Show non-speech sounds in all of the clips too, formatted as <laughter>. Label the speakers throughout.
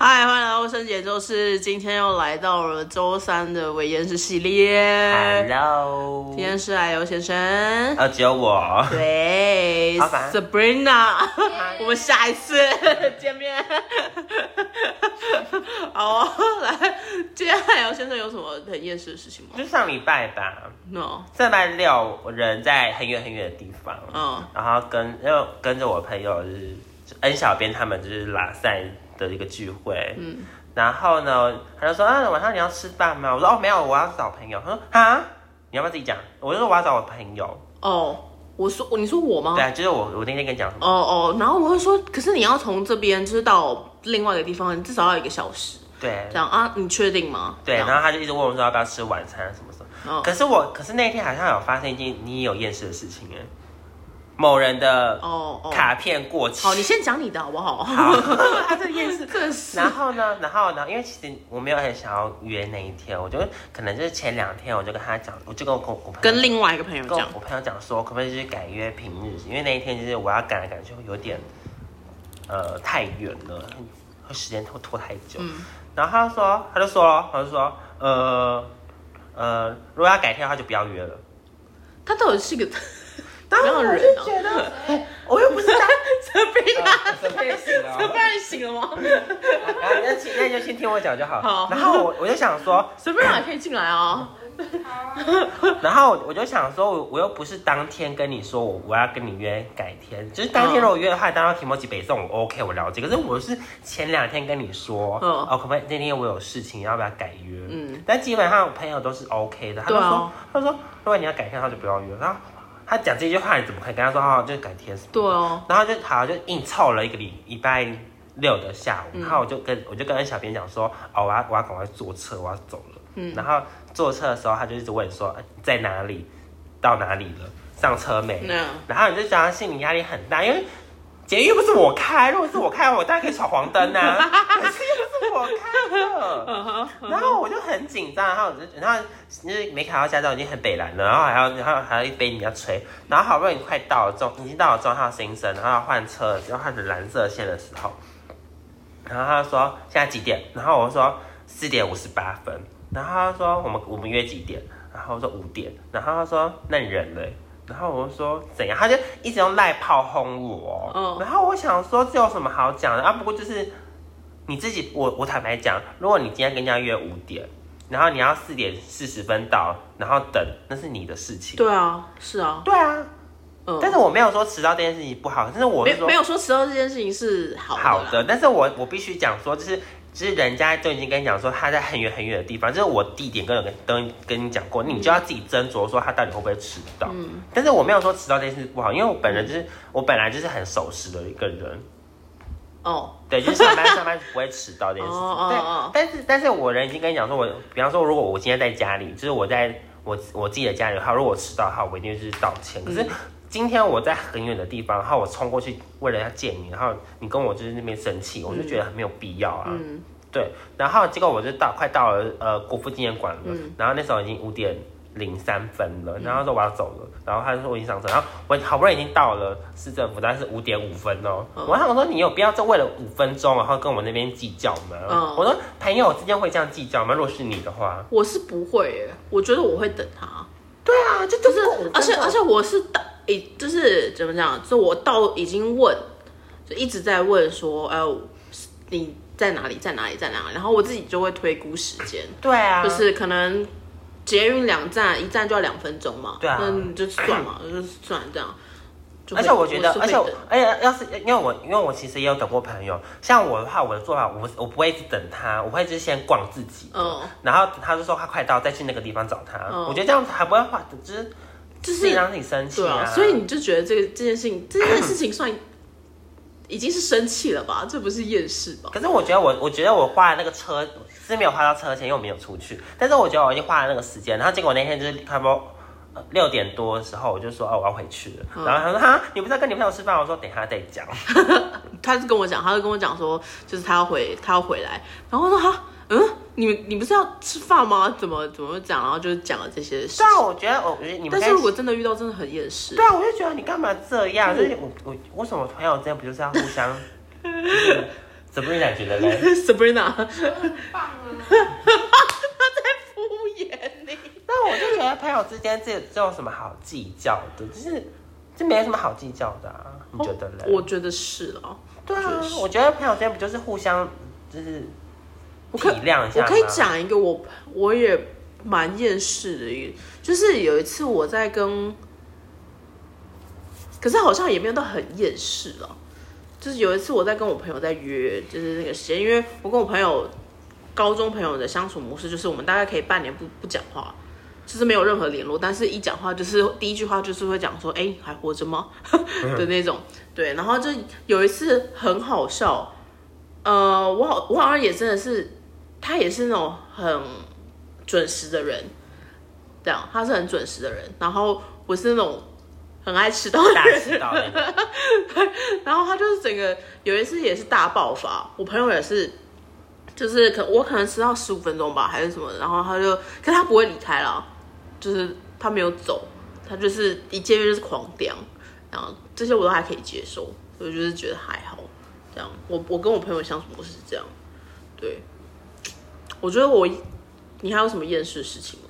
Speaker 1: 嗨，欢迎来到深姐周四，今天又来到了周三的维延史系列。
Speaker 2: Hello，
Speaker 1: 今天是奶油先生，
Speaker 2: 啊，只有我。
Speaker 1: 对
Speaker 2: 好烦
Speaker 1: ，Sabrina，我们下一次见面。 <laughs> 好、哦，来，今天奶油先生有什么很厌世的事情吗
Speaker 2: 就上礼拜吧，
Speaker 1: ？No，
Speaker 2: 上礼拜六我人在很远很远的地方，
Speaker 1: 嗯
Speaker 2: 然后跟又跟着我朋友就是就 N 小编他们就是拉塞的一个聚会，嗯，然后呢，他就说啊，晚上你要吃饭吗？我说哦，没有，我要找朋友。他说啊，你要不要自己讲？我就说我要找我朋友。
Speaker 1: 哦，我说，你说我吗？
Speaker 2: 对啊，就是我我那天跟你讲什么？
Speaker 1: 哦哦，然后我会说，可是你要从这边就是到另外一个地方，你至少要一个小时。
Speaker 2: 对
Speaker 1: 这样啊？你确定吗？
Speaker 2: 对，
Speaker 1: 这样
Speaker 2: 然后他就一直问我说要不要吃晚餐啊什么什么。
Speaker 1: 哦
Speaker 2: 可是我，可是那天好像有发生一件你有厌世的事情哎，某人的
Speaker 1: 哦哦，
Speaker 2: 卡片过期。
Speaker 1: 好，你先讲你的好不好？ <laughs>
Speaker 2: 好
Speaker 1: 他这件事，这是
Speaker 2: <laughs> 然后呢，然后呢，因为其实我没有很想要约那一天，我就可能就是前两天我就跟他讲，我就跟我跟我朋友
Speaker 1: <laughs> 跟另外一个朋友
Speaker 2: 跟我
Speaker 1: 讲，
Speaker 2: 我朋友讲说，可不可以就是改约平日？因为那一天就是我要赶来赶去，有点呃太远了，会时间拖拖太久。
Speaker 1: 嗯
Speaker 2: 然后他就说，他就说，他就说，呃呃，如果要改天的话就不要约了。
Speaker 1: 他到底是个 <laughs>
Speaker 2: 然后
Speaker 1: 样
Speaker 2: 我
Speaker 1: 忍
Speaker 2: 就
Speaker 1: 啊
Speaker 2: 觉得，哎我又不
Speaker 1: <laughs>
Speaker 2: 是 <laughs> 他，
Speaker 1: Sabrina，
Speaker 2: 怎么也行 <laughs> 啊
Speaker 1: Sabrina 醒了吗 <laughs>
Speaker 2: 然后那请那就先听我讲就好。
Speaker 1: 好
Speaker 2: 然后我我就想说，
Speaker 1: ？Sabrina 可以进来啊。
Speaker 2: 然后我就想说，我我又不是当天跟你说我我要跟你约改天，就是当天如果约的话，当然提莫吉北送我 OK，我了解。可是我是前两天跟你说，
Speaker 1: 嗯
Speaker 2: 哦，可不可以那天我有事情，要不要改约？
Speaker 1: 嗯
Speaker 2: 嗯，但基本上我朋友都是 OK 的，他就
Speaker 1: 对啊
Speaker 2: 说，他说如果你要改天的话就不要约。然后他讲这句话，你怎么可以跟他说好，就改天？
Speaker 1: 对哦，
Speaker 2: 然后就好就硬凑了一个礼礼拜六的下午，然后我就跟我就跟小编讲说，哦，我要我要赶快坐车，我要走了。然后坐车的时候，他就一直问说哎你在哪里，到哪里了，上车没？
Speaker 1: 那
Speaker 2: 然后你就觉得他心理压力很大，因为捷运又不是我开，如果是我开，我当然可以闯黄灯啊，可是又不是我开的。
Speaker 1: Uh-huh
Speaker 2: 然后我就很紧张，然后我就然后就是没考到驾照已经很北蓝了，然后还要然后还要一杯你要吹，然后好不容易快到了中已经到了中号新生，然后要换车，要换成蓝色线的时候，然后他就说现在几点？然后我就说四点五十八分，然后他就说我们我们约几点？然后我说五点，然后他说那你人嘞？然后我就说怎样？他就一直用赖炮轰我、
Speaker 1: 嗯
Speaker 2: 然后我想说这有什么好讲的啊？不过就是你自己，我我坦白讲，如果你今天跟人家约五点，然后你要四点四十分到，然后等，那是你的事情。
Speaker 1: 对啊，是啊，
Speaker 2: 对啊，
Speaker 1: 嗯，
Speaker 2: 但是我没有说迟到这件事情不好，但是我
Speaker 1: 没
Speaker 2: 是
Speaker 1: 有
Speaker 2: 说
Speaker 1: 没有说迟到这件事情是好的啦
Speaker 2: 好的，但是我我必须讲说，就是就是人家都已经跟你讲说他在很远很远的地方，就是我地点跟有跟跟跟你讲过，你就要自己斟酌说他到底会不会迟到。
Speaker 1: 嗯
Speaker 2: 但是我没有说迟到这件事不好，因为我本人就是我本来就是很守时的一个人，
Speaker 1: 哦，
Speaker 2: 对，就是上班上班不会迟到这件事情。
Speaker 1: 哦哦哦
Speaker 2: 对，但是但是我人已经跟你讲说我，比方说如果我今天在家里，就是我在我我自己的家里的话，如果我迟到的话，我一定就是道歉。可是
Speaker 1: 嗯
Speaker 2: 今天我在很远的地方，然后我冲过去为了要见你，然后你跟我就是那边生气，我就觉得很没有必要啊。
Speaker 1: 嗯
Speaker 2: 对，然后结果我就到快到了呃国父纪念馆了，然后那时候已经五点零三分了，然后他说我要走了，然后他就说我已经上车，然后我好不容易已经到了市政府，但是五点五分哦，我想说你有必要就为了五分钟然后跟我那边计较吗？
Speaker 1: 嗯
Speaker 2: 我说朋友之间会这样计较吗？如果是你的话，
Speaker 1: 我是不会耶，我觉得我会等他。
Speaker 2: 对啊，就就
Speaker 1: 就是，而且而且我是到，已就是怎么讲，就我到已经问，就一直在问说，哎、你在哪里，在哪里，在哪里？然后我自己就会推估时间，
Speaker 2: 对啊，
Speaker 1: 就是可能捷运两站，一站就要两分钟嘛，
Speaker 2: 对啊
Speaker 1: 那你就算嘛， <laughs> 就是算这样。就会
Speaker 2: 而且我觉得，
Speaker 1: 是
Speaker 2: 而
Speaker 1: 会
Speaker 2: 且我
Speaker 1: 等
Speaker 2: 而且要是因为我因为我其实也有等过朋友，像我的话，我的做法我不我不会一直等他，我会就是先逛自己，
Speaker 1: 嗯
Speaker 2: 嗯，然后他就说他快到，再去那个地方找他。
Speaker 1: 嗯
Speaker 2: 我觉得这样子还不会花，就是
Speaker 1: 就
Speaker 2: 自己
Speaker 1: 是
Speaker 2: 让自己生气
Speaker 1: 对啊，所以你就觉得这个这件事情，这件事情算已经是生气了吧？这不是厌世吧？
Speaker 2: 可是我觉得我我觉得我花了那个车是没有花到车钱，因为我没有出去，但是我觉得我已经花了那个时间，然后结果那天就是差不多。呃六点多的时候，我就说哦，我要回去了。然后他说哈，你不是要跟你朋友吃饭？我说等一下再
Speaker 1: <laughs>
Speaker 2: 讲。
Speaker 1: 嗯他是跟我讲，他就跟我讲说，就是他要回，他要回来。然后我说哈，嗯，你们你不是要吃饭吗？怎么怎么会讲？然后就讲了这些事
Speaker 2: 虽。然我觉得啊我，我觉得你们
Speaker 1: 但
Speaker 2: 可
Speaker 1: 是
Speaker 2: 以
Speaker 1: 如果真的遇到，真的很厌世
Speaker 2: 对。啊，
Speaker 1: <laughs>
Speaker 2: 我就觉得你干嘛这样？就是我我为什么朋友之间不就是要互相就是 Sabrina 觉得嘞，
Speaker 1: <laughs> Sabrina， <laughs>
Speaker 3: 很棒啊！
Speaker 1: 他在敷衍你。
Speaker 2: <laughs> 那我就觉得朋友之间这这有什么好计较的？就是这没什么好计较的啊，你觉得嘞？
Speaker 1: 哦我觉得是了。
Speaker 2: 对
Speaker 1: 我觉
Speaker 2: 啊
Speaker 1: 得是，
Speaker 2: 我觉得朋友之间不就是互相就是
Speaker 1: 我可
Speaker 2: 体
Speaker 1: 以
Speaker 2: 谅一下
Speaker 1: 我可以
Speaker 2: 吗，
Speaker 1: 讲一个我我也蛮厌世的一，就是有一次我在跟，可是好像也没有到很厌世了。就是有一次我在跟我朋友在约，就是那个时间，因为我跟我朋友高中朋友的相处模式，就是我们大概可以半年不不讲话，就是没有任何联络，但是一讲话就是第一句话就是会讲说，哎、还活着吗 <laughs> 的那种。对，然后就有一次很好笑，呃，我好我好像也真的是，他也是那种很准时的人，这样他是很准时的人，然后我是那种很爱迟到的
Speaker 2: 大
Speaker 1: 人，
Speaker 2: 知道那个
Speaker 1: 然后他就是整个有一次也是大爆发，我朋友也是，就是可我可能迟到十五分钟吧，还是什么，然后他就，可是他不会离开啦，就是他没有走，他就是一见面就是狂屌，然后这些我都还可以接受，我就是觉得还好，这样我我跟我朋友相处模式是这样，对，我觉得我，你还有什么厌世的事情吗？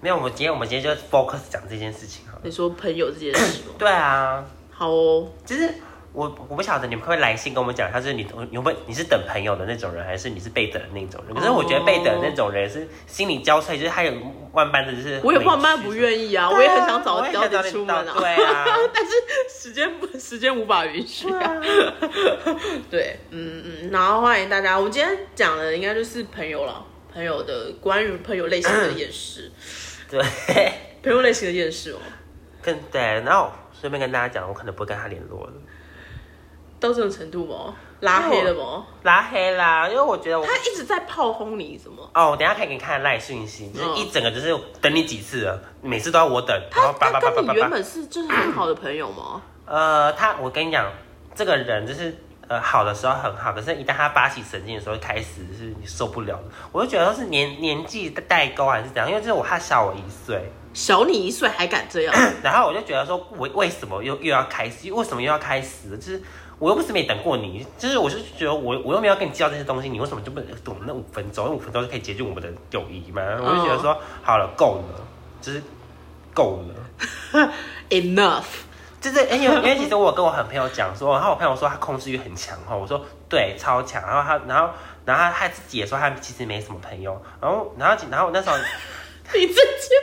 Speaker 2: 没有，我们今天我们今天就 focus 讲这件事情好了。？
Speaker 1: 你说朋友这件事吗
Speaker 2: 对啊，
Speaker 1: 好哦，
Speaker 2: 就是我我不晓得你们会不会来信跟我们讲，他是你你会你是等朋友的那种人，还是你是被等的那种
Speaker 1: 哦
Speaker 2: 人？可是我觉得被等的那种人是心里交瘁，就是他有万般的就是
Speaker 1: 我也不知道妈
Speaker 2: 委屈
Speaker 1: 不愿意啊，
Speaker 2: 对啊
Speaker 1: 我也很想早
Speaker 2: 我也
Speaker 1: 早
Speaker 2: 想
Speaker 1: 点
Speaker 2: 早点
Speaker 1: 出门啊，
Speaker 2: 到对啊
Speaker 1: <laughs> 但是时间不时间无法允许啊， <laughs> 对，嗯嗯，然后欢迎大家，我们今天讲的应该就是朋友了，朋友的关于朋友类型的厌
Speaker 2: <coughs>
Speaker 1: 世，
Speaker 2: 对，
Speaker 1: 朋友类型的厌世哦，
Speaker 2: 跟对，然后顺便跟大家讲，我可能不会跟他联络了，
Speaker 1: 到这种程度吗？拉黑了吗？
Speaker 2: 拉黑啦，因为我觉得我
Speaker 1: 他一直在炮轰你，什么？
Speaker 2: 哦，我等一下可以给你看赖讯息，就是一整个就是等你几次了，每次都要我等，然后叭
Speaker 1: 嗯他
Speaker 2: 叭叭叭
Speaker 1: 跟
Speaker 2: 叭
Speaker 1: 你原
Speaker 2: 叭。
Speaker 1: 本是就是很好的朋友
Speaker 2: <coughs>
Speaker 1: 吗？
Speaker 2: 呃，他我跟你讲，这个人就是呃好的时候很好，可是一旦他发起神经的时候，开始是你受不了的。我就觉得是年年纪代沟还是怎样，因为就是我他小我一岁，
Speaker 1: 小你一岁还敢这
Speaker 2: <coughs>
Speaker 1: 样？
Speaker 2: 然后我就觉得说，我为什么又又要开始，为什么又要开始了？就是我又不是没等过你，就是我就觉得我我又没有跟你计较这些东西，你为什么就不能懂那五分钟？那五分钟就可以解决我们的友谊吗？我就觉得说，好了，够了，就是够了。
Speaker 1: Enough，
Speaker 2: 就是因为因为其实我有跟我很朋友讲说，然后我朋友说他控制欲很强哈，我说对，超强。然后他，然后，然后他自己也说他其实没什么朋友。然后，然后，然后我那时候，
Speaker 1: 你这句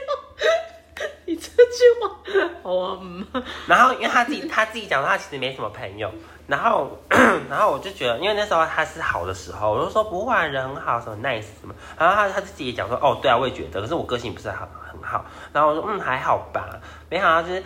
Speaker 1: 话，你这句话，好啊，嗯，
Speaker 2: 然后因为他自己他自己讲说他其实没什么朋友。然后， <clears throat> 然后我就觉得，因为那时候他是好的时候，我就说不会啊，人很好，什么 nice 什么。然后他他自己也讲说，哦，对啊，我也觉得，可是我个性不是很很好。然后我说，嗯，还好吧。没想到就是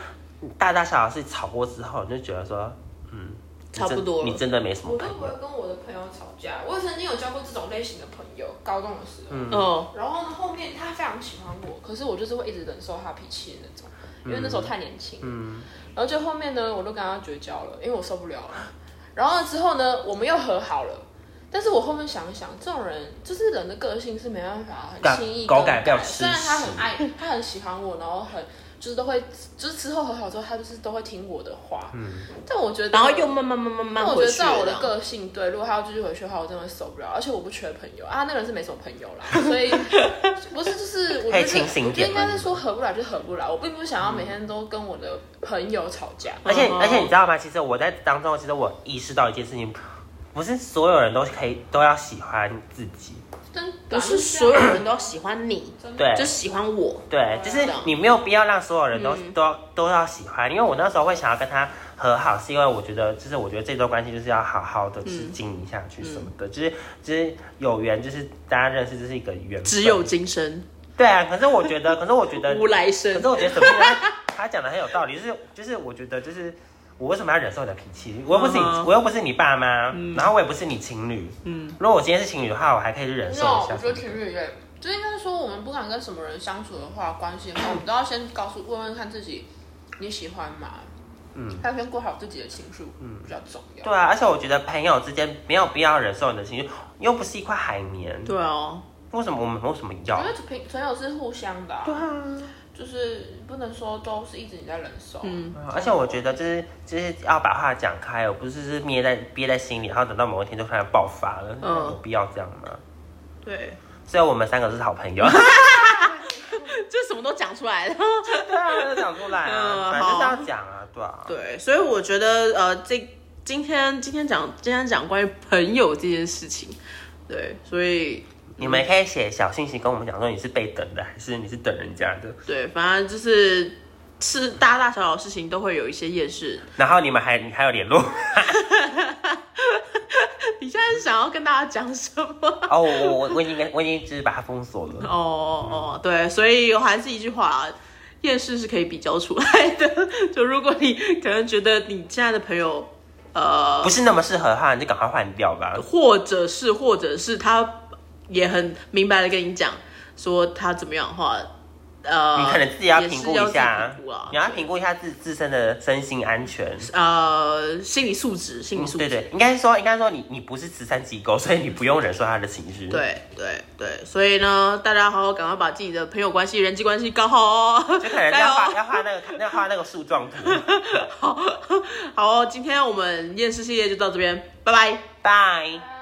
Speaker 2: 大大小小事吵过之后，你就觉得说，嗯，你真
Speaker 1: 差不多了
Speaker 2: 你真的没什么
Speaker 3: 我
Speaker 2: 朋
Speaker 3: 都
Speaker 2: 友
Speaker 3: 不。会跟我的朋友吵架。我曾经有交过这种类型的朋友，高中的时候。
Speaker 2: 嗯
Speaker 1: 哦，
Speaker 3: 然后呢，后面他非常喜欢我，可是我就是会一直忍受他脾气的那种，因为那时候太年轻。
Speaker 2: 嗯，
Speaker 3: 然后就后面呢，我都跟他绝交了，因为我受不了了。然后之后呢，我们又和好了。但是我后面想一想，这种人就是人的个性是没办法
Speaker 2: 改
Speaker 3: 很轻易
Speaker 2: 狗
Speaker 3: 更
Speaker 2: 改不了吃屎
Speaker 3: 虽然他很爱，他很喜欢我，然后很就是都会，就是之后和好之后，他就是都会听我的话。嗯，但我觉得，
Speaker 1: 然后又慢慢慢慢慢
Speaker 3: 但
Speaker 1: 慢
Speaker 3: 我觉
Speaker 1: 回
Speaker 3: 得
Speaker 1: 去
Speaker 3: 照
Speaker 1: 了这
Speaker 3: 我的
Speaker 1: 样。
Speaker 3: 个性，对，如果他要继续回去的话，我真的受不了。而且我不缺朋友啊，那个人是没什么朋友啦，所以不是就是
Speaker 2: 可以
Speaker 3: 我觉得
Speaker 2: 清醒一点
Speaker 3: 应该是说合不来就合不来。我并不想要每天都跟我的朋友吵架。
Speaker 2: 而且
Speaker 1: 哦
Speaker 2: 而且你知道吗？其实我在当中，其实我意识到一件事情，不是所有人都可以都要喜欢自己，
Speaker 3: 真
Speaker 1: 不是所有人都要喜欢 <coughs> 你，
Speaker 3: 真的
Speaker 2: 对
Speaker 1: 就嗯喜欢我。
Speaker 2: 对，就是你没有必要让所有人都、都都要喜欢。因为我那时候会想要跟他和好，是因为我觉得，就是我觉得这段关系就是要好好的去经营下去什么
Speaker 1: 嗯
Speaker 2: 的，就是就是有缘，就是大家认识，这是一个缘分。
Speaker 1: 只有今生
Speaker 2: 对啊，可是我觉得，可是我觉得
Speaker 1: 无来
Speaker 2: 可
Speaker 1: 生
Speaker 2: 是，我觉得什么他他讲的很有道理，就是就是我觉得就是我为什么要忍受你的脾气？我又不是你
Speaker 1: 嗯哼
Speaker 2: 我又不是你爸妈，然后我也不是你情侣。
Speaker 1: 嗯
Speaker 2: 如果我今天是情侣的话，我还可以去忍受
Speaker 3: no，
Speaker 2: 一下
Speaker 3: 我。觉得情侣也，就应该是说我们不管跟什么人相处的话，关系的话，我们都要先告诉问问看自己你喜欢吗？
Speaker 2: 嗯，
Speaker 3: 要先过好自己的情绪，嗯，比较重要。
Speaker 2: 对啊，而且我觉得朋友之间没有必要忍受你的情绪，又不是一块海绵，
Speaker 1: 对啊，
Speaker 2: 为什么我们为什么要
Speaker 3: 因？为朋朋友是互相的啊、
Speaker 2: 对啊，
Speaker 3: 就是不能说都是一直你在忍受。嗯，
Speaker 2: 嗯而且我觉得就是就是要把话讲开，而不是是憋在憋在心里，然后等到某一天就突然爆发了，
Speaker 1: 嗯
Speaker 2: 有必要这样吗？
Speaker 1: 对， <laughs>
Speaker 2: 虽然我们三个是好朋友，
Speaker 1: 就什么都讲出来了。
Speaker 2: 对啊，就讲出来啊，
Speaker 1: 嗯
Speaker 2: 反正就是
Speaker 1: 好
Speaker 2: 要讲啊，对啊，
Speaker 1: <laughs> 对，所以我觉得呃，这今天今天讲今天讲关于朋友这件事情，对，所以
Speaker 2: 你们可以写小信息跟我们讲说你是被等的，还是你是等人家的，
Speaker 1: 对，反正就是是大大小小的事情都会有一些厌世。 <laughs>
Speaker 2: 然后你们还你还有联络
Speaker 1: 你现在是想要跟大家讲什么？
Speaker 2: <laughs> 哦，我我我已经我已经就是把它封锁 <laughs>
Speaker 1: <laughs>
Speaker 2: 了。
Speaker 1: 哦哦，对，所以我还是一句话啊，厌世是可以比较出来的。 <laughs> 就如果你可能觉得你现在的朋友，呃，
Speaker 2: 不是那么适合的话，你就赶快换掉吧。
Speaker 1: 或者是或者是他也很明白的跟你讲说他怎么样的话，呃，
Speaker 2: <laughs> 你可能自己要评估一
Speaker 1: 也是要
Speaker 2: 下，
Speaker 1: 自己评估啊
Speaker 2: 你要评估一下自自身的身心安全。
Speaker 1: 呃心理素质，心理素质，
Speaker 2: 嗯对对，应该说应该说你你不是慈善机构，所以你不用忍受他的情绪。，
Speaker 1: 对对对，所以呢，大家好好赶快把自己的朋友关系、人际关系搞好哦，
Speaker 2: 就可能
Speaker 1: 加
Speaker 2: 要画
Speaker 1: 油！
Speaker 2: 要画那个要画那个树状
Speaker 1: <laughs>
Speaker 2: 图。
Speaker 1: 好，好哦，今天我们验尸系列就到这边，拜拜。
Speaker 2: 拜。